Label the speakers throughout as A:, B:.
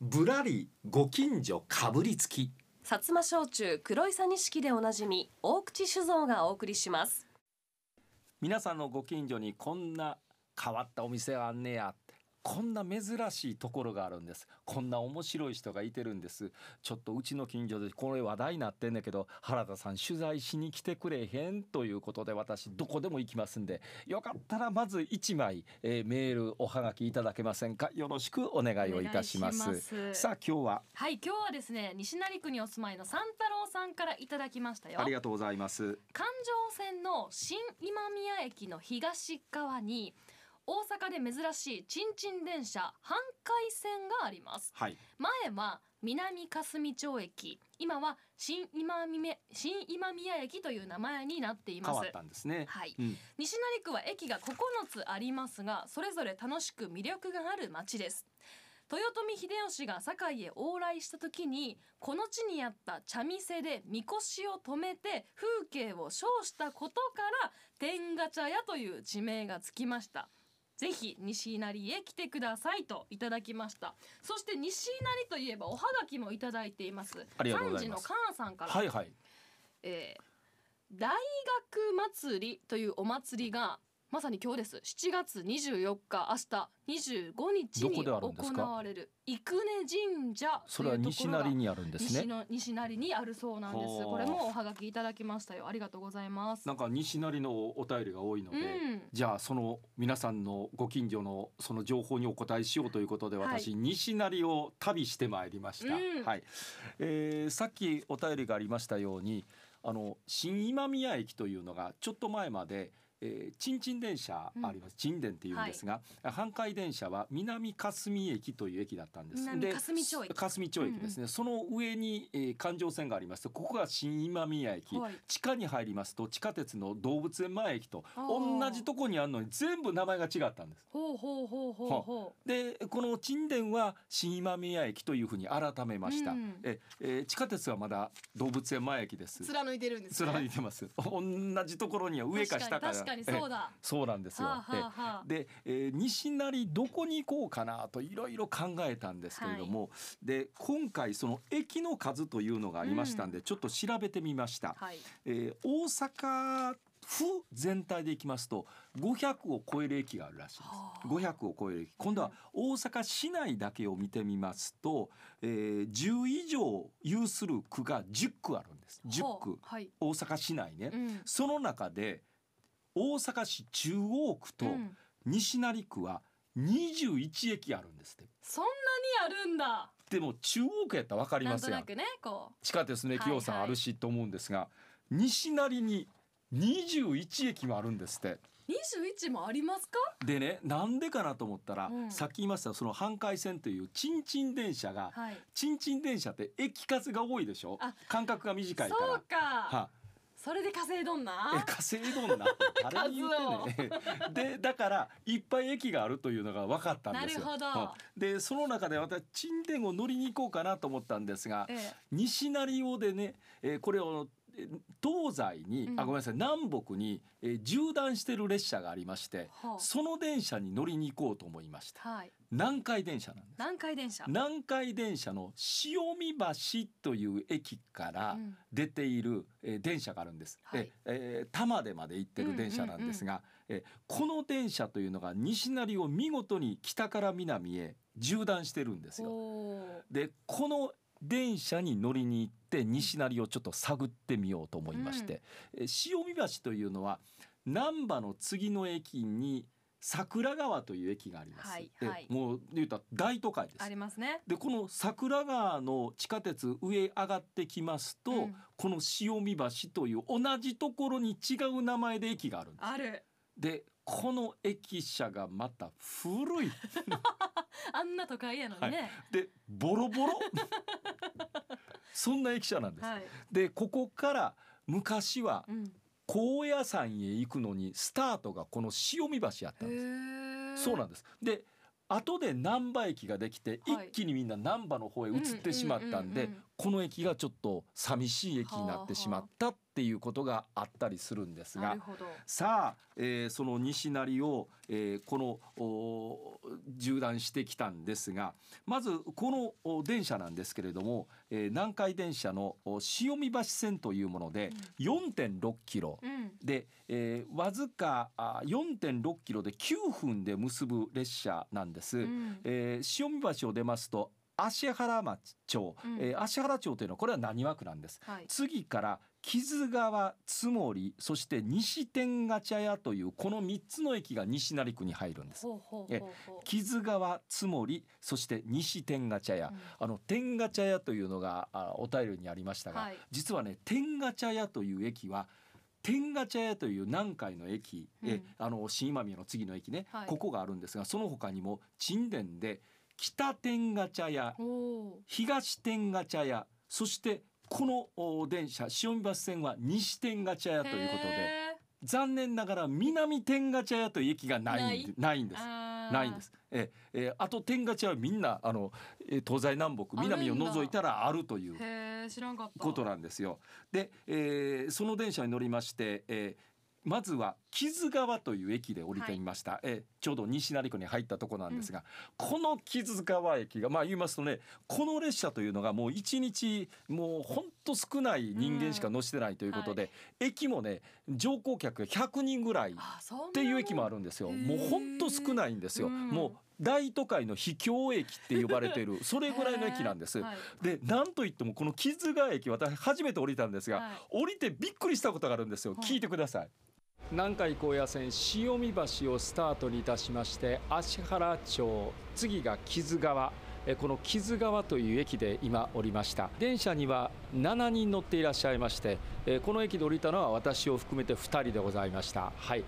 A: ぶらりご近所かぶりつき
B: 薩摩焼酎黒いさ錦でおなじみ大口酒造がお送りします
A: 皆さんのご近所にこんな変わったお店があんねやこんな珍しいところがあるんですこんな面白い人がいてるんですちょっとうちの近所でこれ話題になってんだけど原田さん取材しに来てくれへんということで私どこでも行きますんでよかったらまず1枚、えーメールおはがきいただけませんかよろしくお願いをいたします
C: お願いします
A: さあ今日は
C: はい今日はですね西成区にお住まいの三太郎さんからいただきましたよ
A: ありがとうございます
C: 環状線の新今宮駅の東側に大阪で珍しいチンチン電車阪海線があります
A: はい
C: 前は南霞町駅今は新今宮新今宮駅という名前になっていま
A: 変
C: す
A: わったんですね、
C: はい
A: うん、
C: 西成区は駅が9つありますがそれぞれ楽しく魅力がある町です豊臣秀吉が堺へ往来した時にこの地にあった茶店でみこしを止めて風景を称したことから天下茶屋という地名がつきましたぜひ西成へ来てくださいといただきましたそして西成といえばおはがきもいただいています
A: ありがとうござい
C: 三時
A: ま
C: の
A: す
C: 母さんから
A: はいはい
C: えー大学祭りというお祭りがまさに今日です7月24日明日25日に
A: どこであるんですか
C: 行われる生根神社
A: それ
C: と
A: はい西
C: うところが
A: 成にあるんです
C: 西
A: ね
C: の西成にあるそうなんです
A: ほう
C: これもおはがきいただきましたよありがとうございます
A: なんか西成のお便りが多いの
C: う
A: で、
C: ん
A: じゃあその皆さんのご近所のその情報にお答えしようということで
C: はい
A: 私、西成を旅してまいりました、
C: うん
A: はいえーさっきお便りがありましたようにあの新今宮駅というのがちょっと前までえー、チンチン電車あります、チン電っていうんですが、阪海電車は南霞駅という駅だったんです
C: 南
A: で
C: 霞町駅
A: 霞町駅ですね、その上に、えー環状線がありますとここが新今宮駅、
C: はい
A: 地下に入りますと地下鉄の動物園前駅と
C: おー
A: 同じとこにあるのに全部名前が違ったんです。
C: ほうほうほうほうほ
A: でこの沈殿は新今宮駅というふうに改めました、
C: うん
A: ええー地下鉄はまだ動物園前駅です
C: う貫いてるんですね
A: 貫いてます同じところには上か下か
C: 確かに確かにそう
A: え
C: だは
A: そうなんです
C: あ
A: よ、
C: はあはあ
A: えで、えー西成どこに行こうかなといろいろ考えたんですけれども、で今回その駅の数というのがありましたんで、ちょっと調べてみました、
C: はい
A: えー大阪府全体でいきますと500を超える駅があるらしいです
C: はあ。
A: 500を超える駅今度は大阪市内だけを見てみますと、えー10以上有する区が10区あるんです10
C: ほう
A: 区
C: はい
A: 大阪市内ね、
C: うん
A: その中で大阪市中央区と
C: うん
A: 西成区は21駅あるんですって
C: そんなにあるんだ
A: でも中央区やったら分かり
C: な
A: ま
C: んと
A: すや
C: なんくねこ
A: 地下鉄の駅予算
C: はいは
A: あ
C: い
A: るしと思うんですが、西成に21駅もあるんですって
C: う21もありますか
A: でねなんでかなと思ったら、
C: うん
A: さっき言いましたその阪海線というちんちん電車が、
C: はい
A: ちんちん電車って駅数が多いでしょ
C: あ
A: 間隔が短いから。
C: そうか、
A: は
C: それで稼いどん
A: え
C: な
A: 稼いどんな誰に言ってんねん でだからいっぱい駅があるというのが分かったんですよ。
C: なるほ
A: う
C: ど
A: んでその中で私ちん電を乗りに行こうかなと思ったんですが
C: ええ
A: 西成をでね、えーこれをえー東西に、
C: うん
A: あごめんなさい南北に、えー縦断してる列車がありまして
C: ほう
A: その電車に乗りに行こうと思いました
C: はい
A: 南海電車なんです
C: 南海電車
A: 南海電車の塩見橋という駅から
C: うん
A: 出ている、えー電車があるんです、
C: はい
A: ええー玉出まで行ってる電車なんですが、えーこの電車というのが西成を見事に北から南へ縦断してるんですよ
C: おー
A: でこの電車に乗りに行って西成をちょっと探ってみようと思いまして、えー塩見橋というのは難波の次の駅に桜川という駅があります、
C: はい
A: え
C: はい
A: もう言うたら大都会です
C: ありますね
A: でこの桜川の地下鉄上上がってきますと、
C: うん
A: この塩見橋という同じところに違う名前で駅があるんで
C: ある
A: すでこの駅舎がまた古い
C: あんな都会やのにね
A: でボロ ボロそんな駅舎なんです、
C: はい、
A: でここから昔は
C: うん
A: 高野山へ行くのにスタートがこの塩見橋やったんです
C: へ
A: そうなん
C: ん
A: ですで後で難波駅ができて、
C: はい
A: 一気にみんな難波の方へ移ってしまったんで、
C: うんうんうんうん
A: この駅がちょっと寂しい駅になってしまったっていうことがあったりするんです
C: な
A: が
C: るほど。
A: さあ、えーその西成を、えーこのお縦断してきたんですがまずこのお電車なんですけれども、えー南海電車のお塩見橋線というもので4.6キロ
C: うん。
A: で、えーわずかあ4.6キロで9分で結ぶ列車なんです。
C: うん。
A: えー塩見橋を出ますと芦原町町、
C: うん
A: えー芦原町というのはこれは何和区なんです。
C: はい。
A: 次から木津川津森そして西天ヶ茶屋というこの3つの駅が西成区に入るんです
C: ほうほうほうほう。
A: 木津川津森そして西天ヶ茶屋、あの天ヶ茶屋というのがあお便りにありまし
C: う
A: た
C: ん
A: が、
C: はい。
A: 実はね天ヶ茶屋という駅は天ヶ茶屋という南海の駅、
C: うん
A: えあの新今宮の次の駅ね、
C: はい
A: ここがあるんですがその他にも沈田で北天ヶ茶屋
C: おお。
A: 東天ヶ茶屋そしてこのお電車塩見バス線は西天ヶ茶屋ということで
C: へー
A: 残念ながら南天ヶ茶屋という駅がないんでないんです。
C: あー
A: ないんです。ええあと天ヶ茶はみんなあのえ東西南北
C: あるんだ
A: 南を除いたらあるという
C: へえ、知らんかった。
A: ことなんですよ。で、えーその電車に乗りまして、えーまずは木津川という駅で降りてみました、えーちょうど西成区に入ったとこなんですが、この木津川駅がまあ言いますとねこの列車というのがもう一日もうほんと少ない人間しか乗せてないということで、駅もね乗降客が100人ぐらい
C: あ、そんなもん。
A: っていう駅もあるんですよ。
C: へー
A: もうほんと少ないんですよ。
C: うん
A: もう大都会の秘境駅って呼ばれて いるそれぐらいの駅なんです。
C: はい。
A: でなんといってもこの木津川駅私初めて降りたんですが、
C: はい
A: 降りてびっくりしたことがあるんですよ、
C: はい
A: 聞いてください南海高野線塩見橋をスタートにいたしまして芦原町次が木津川えこの木津川という駅で今降りました電車には7人乗っていらっしゃいましてえこの駅で降りたのは私を含めて2人でございましたはい、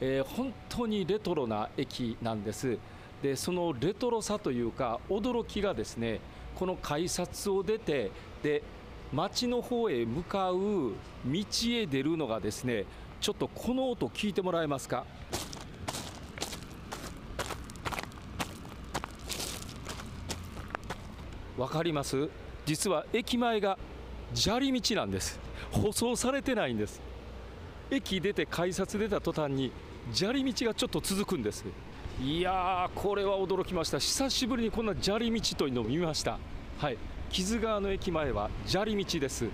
A: えー本当にレトロな駅なんですでそのレトロさというか驚きがですねこの改札を出てで町の方へ向かう道へ出るのがですねちょっとこの音聞いてもらえますかわかります実は駅前が砂利道なんです舗装されてないんです駅出て改札出た途端に砂利道がちょっと続くんですいやーこれは驚きました久しぶりにこんな砂利道というのを見ましたはい木津川の駅前は砂利道です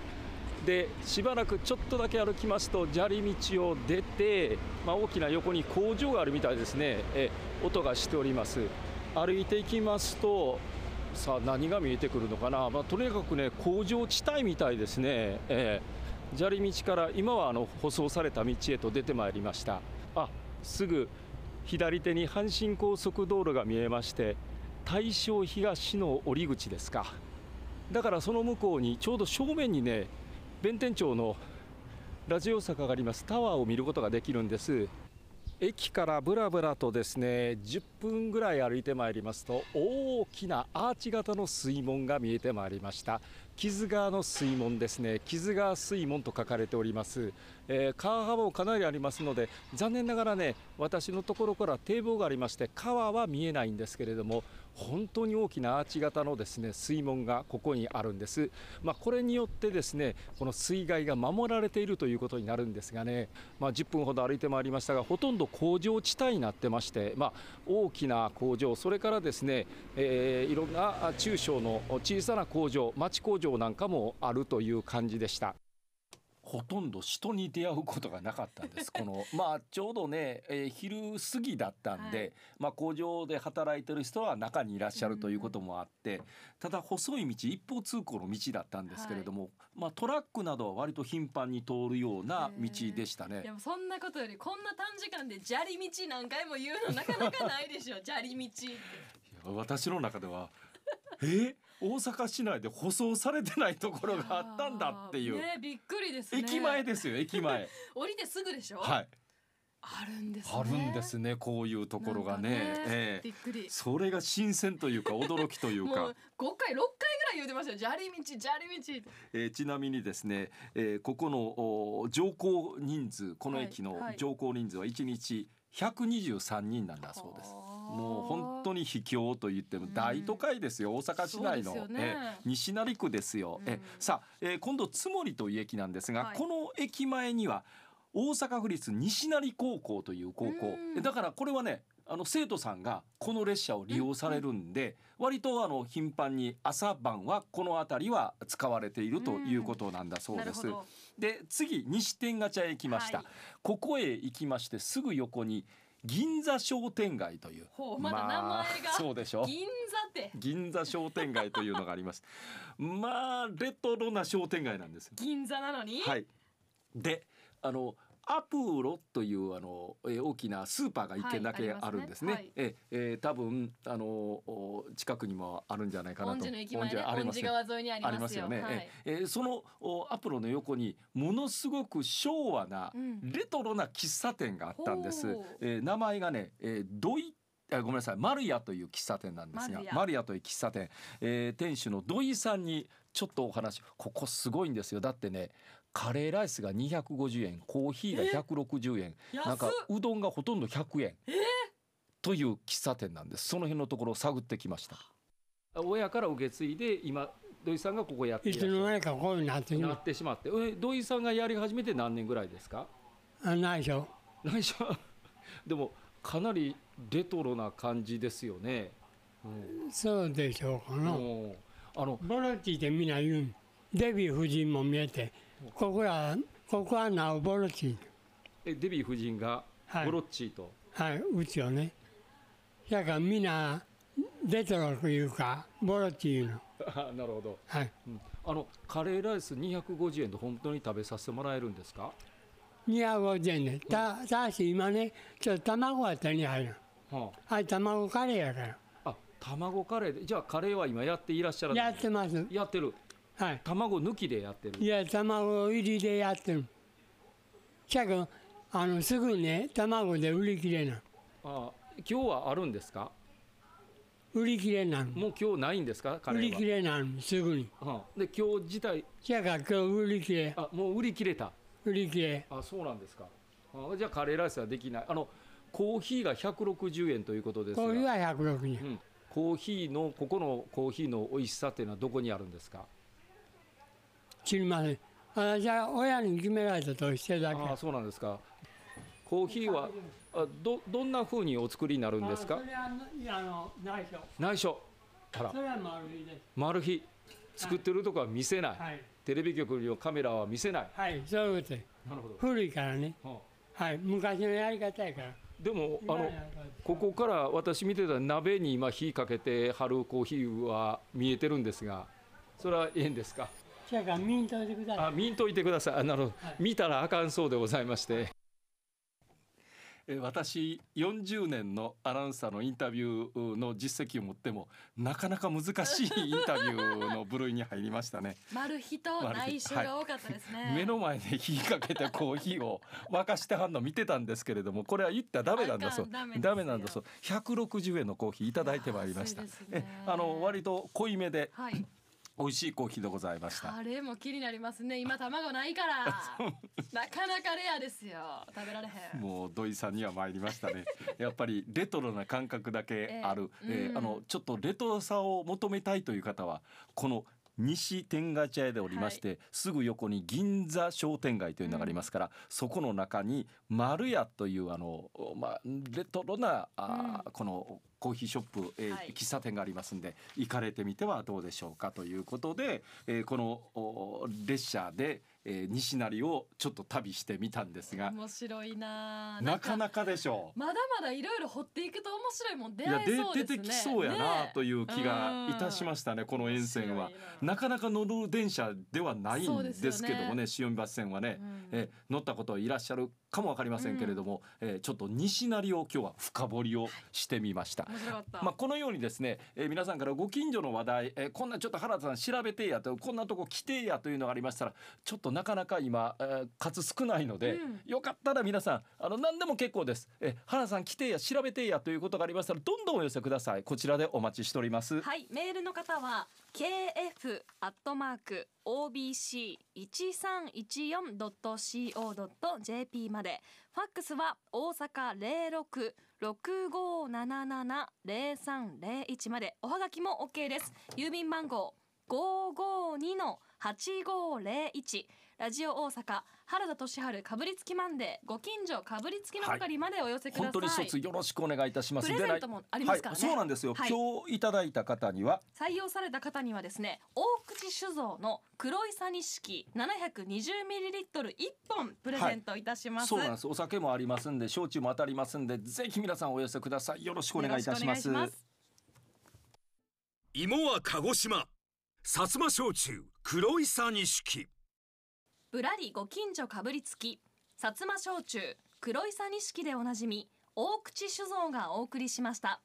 A: でしばらくちょっとだけ歩きますと砂利道を出て、まあ、大きな横に工場があるみたいですねえ音がしております歩いていきますとさあ何が見えてくるのかな、まあ、とにかくね工場地帯みたいですね、ええ砂利道から今はあの舗装された道へと出てまいりましたあすぐ左手に阪神高速道路が見えまして大正東の折口ですかだからその向こうにちょうど正面にね弁天町のラジオ坂がありますタワーを見ることができるんです駅からぶらぶらとですね10分ぐらい歩いてまいりますと大きなアーチ型の水門が見えてまいりました木津川の水門ですね木津川水門と書かれております、えー川幅もかなりありますので残念ながらね私のところから堤防がありまして川は見えないんですけれども本当に大きなアーチ型のですね水門がここにあるんですまあ、これによってですねこの水害が守られているということになるんですがね、まあ、10分ほど歩いてまいりましたがほとんど工場地帯になってまして、まあ、大きな工場それからですね、えーいろんなあ中小の小さな工場町工場なんかもあるという感じでした。ほとんど人に出会うことがなかったんです。この まあちょうどね、えー昼過ぎだったんで、
C: はい
A: まあ工場で働いてる人は中にいらっしゃるということもあって、ただ細い道一方通行の道だったんですけれども、まあトラックなどは割と頻繁に通るような道でしたね
C: で。もそんなことよりこんな短時間で砂利道何回も言うのなかなかないで しょ砂利道って
A: いや私の中ではえ大阪市内で舗装されてないところがあったんだっていう、
C: やーねびっくりですね
A: 駅前ですよ駅 前
C: 降りてすぐでしょ
A: はい
C: あるんですね
A: あるんですねこういうところがね
C: なんか
A: ええ
C: びっくり
A: それが新鮮というか驚きという
C: も
A: か
C: う、5回6回ぐらい言うてましたよ砂利道砂利道
A: えーちなみにですね、えーここのお乗降人数この駅の
C: はいはい
A: 乗降人数は1日123人なんだそうです。
C: あー
A: もう本当に秘境と言っても大都会ですよ、大阪市内の、
C: そうですよね
A: え西成区ですよ、
C: うん
A: えさあ、えー今度津森という駅なんですが、
C: はい
A: この駅前には大阪府立西成高校という高校、
C: うん
A: だからこれはねあの生徒さんがこの列車を利用されるんで、割とあの頻繁に朝晩はこの辺りは使われているということなんだそう
C: なる
A: で
C: ほ
A: す。
C: ど。
A: で次西天ヶ茶へ行きました、
C: はい
A: ここへ行きましてすぐ横に銀座商店街という
C: ほう まだ名前が
A: あそうでしょ
C: 銀座って
A: 銀座商店街というのがありますまあレトロな商店街なんですよ
C: 銀座なのに。
A: はいであのアプロというあの、えー大きなスーパーが一軒だけ
C: はい
A: あるんですね。
C: あります
A: ええー多分あのお近くにもあるんじゃないかなと。
C: 本寺の駅前
A: 恩
C: ね
A: 寺あり
C: 本
A: ますね
C: 寺川沿いにあり
A: あり
C: ま
A: ますす
C: よ。
A: よね。
C: はい
A: えええーそのおアプロの横にものすごく昭和な
C: うん
A: レトロな喫茶店があったんです。
C: ほう
A: えー名前がね、えードイあごめんなさいマルヤという喫茶店なんですが
C: マルヤ
A: マルヤという喫茶店、えー店主の土井さんにちょっとお話ここすごいんですよだってねカレーライスが250円コーヒーが160円なん
C: 安
A: か
C: っ
A: うどんがほとんど100円という喫茶店なんですその辺のところを探ってきました親から受け継いで今土井さんがここやって
D: い
A: い
D: つ
A: らっし
D: の
A: ゃ
D: 間にかこうになってし
A: る
D: ま
A: なってしまってえ土井さんがやり始めて何年ぐらいですか
D: うあないでしょ
A: 内緒でもかなりレトロな感じですよね、うん
D: そうでしょうかな、
A: うんあの
D: ボロティってみんな言うんデヴィ夫人も見えてここらここはなおボロティ
A: えデヴィ夫人が
D: はい
A: ボロッチーと、
D: はいうちをねだからみんなレトロというかボロティいうの
A: あなるほど、
D: はい
A: うんあのカレーライス250円で本当に食べさせてもらえるんですか
D: 250円でたただし今ねちょっと卵は手に入る
A: は
D: あれ卵カレーやか
A: あ、あ卵カレーでじゃあカレーは今やっていらっしゃら
D: ら
A: な
D: や
A: い
D: ってます
A: やってる
D: はい
A: 卵抜きでやって
D: い
A: る
D: や卵入りでやってるじゃけあのすぐね卵で売り切れな
A: あ今日はあるんですか
D: 売り切れなの
A: もう今日ないんですかカレ
D: 売
A: ー
D: り
A: は
D: 切れなのすぐに
A: うんで今日自体
D: じゃから今日売り切れ
A: あもう売り切れた
D: 売り切れ
A: あそうなんですかあじゃあカレーライスはできないあのコーヒーが160円ということですが
D: こういうは160
A: う
D: 円
A: ん、コーヒーのここのコーヒーの美味しさっていうのはどこにあるんですか
D: 知りませんあじゃあ親に決められたとしてだけ
A: ああそうなんですかコーヒーはあどどんな風にお作りになるんですか
D: それはのいやあの内緒
A: 内緒あら
D: それは丸いです
A: マル秘作ってるとこは見せない、
D: はい
A: テレビ局のカメラは見せない
D: はいそういうことです
A: なるほど、
D: 古いからね
A: は
D: はい昔のやり方やから
A: あでもあ
D: 今
A: の
D: やり方
A: ここから私見てた鍋に今火かけて貼るコーヒーは見えてるんですがそれはええんですか
D: じゃから見んといてくださ
A: あ見んといてくださいあなるほど、
D: はい
A: 見たらあかんそうでございまして私40年のアナウンサーのインタビューの実績を持ってもなかなか難しいインタビューの部類に入りました ね
C: マルヒと内緒が多かったですね。
A: 目の前で火かけてコーヒーを沸かしてはんの見てたんですけれどもこれは言ったらダメなんだそう
C: あかんダメですよ
A: ダメなんだそう160円のコーヒーいただいてまいりました
C: 安いですね
A: えあの割と濃いめで
C: はい。
A: 美味しいコーヒーでございました
C: カレーも気になりますね。今卵ない から。なかなかレアですよ。食べられへん。
A: もう土井さんには参りました ね。やっぱりレトロな感覚だけある。
C: ええ
A: えー
C: うん
A: あのちょっとレトロさを求めたいという方はこの西天ヶ茶屋でおりまして、すぐ横に銀座商店街というのがありますから、そこの中に丸屋というあの、まあ、レトロなあー、このコーヒーショップ、えー
C: はい
A: 喫茶店がありますんで行かれてみてはどうでしょうかということで、えーこのお列車で、えー西成をちょっと旅してみたんですが、
C: 面白いな。
A: なかなかでしょう。
C: まだまだいろいろ掘っていくと面白いもん出
A: いや
C: 会え
A: で
C: そうですね。
A: 出てきそうやなと
C: いう
A: いう気がいたしましたねこの沿線は。なかなか乗る電車ではない
C: そうんですよね
A: ですけどもね塩見バス線はね、え乗ったこといらっしゃるかもわかりませんけれども、えちょっと西成を今日は深掘りをしてみました。
C: 面白かった。
A: まあ、このようにですね、えー皆さんからご近所の話題、えーこんなちょっと原田さん調べてやとこんなとこ来てやというのがありましたらちょっとなかなか今、えー数少ないので、
C: うん
A: よかったら皆さんあの何でも結構です、えー原田さん来てや調べてやということがありましたらどんどんお寄せくださいこちらでお待ちしております。
C: はい、メールの方は kf アットマーク obc 一三一四ドット co ドット jp まで。ファックスは大阪零六六五七七零三零一までおはがきも OK です。郵便番号五五二の八五零一ラジオ大阪原田俊春かぶりつきマンデーご近所かぶりつきの係までお寄せください。
A: 本当に一つよろしくお願いいたします。
C: プレゼント
A: で
C: もありますからね
A: はい、そうなんですよ、
C: はい
A: 今日いただいた方には
C: 採用された方にはですね大口酒造の黒いさ錦 720ml1 本プレゼントいたします、
A: そうなんですお酒もありますんで焼酎も当たりますんでぜひ皆さんお寄せくださいよろしくお願いいたします
C: よろくお願い
E: 芋は鹿児島薩摩焼酎黒いさ錦
C: ぶらりご近所かぶりつき薩摩焼酎黒いさ錦でおなじみ大口酒造がお送りしました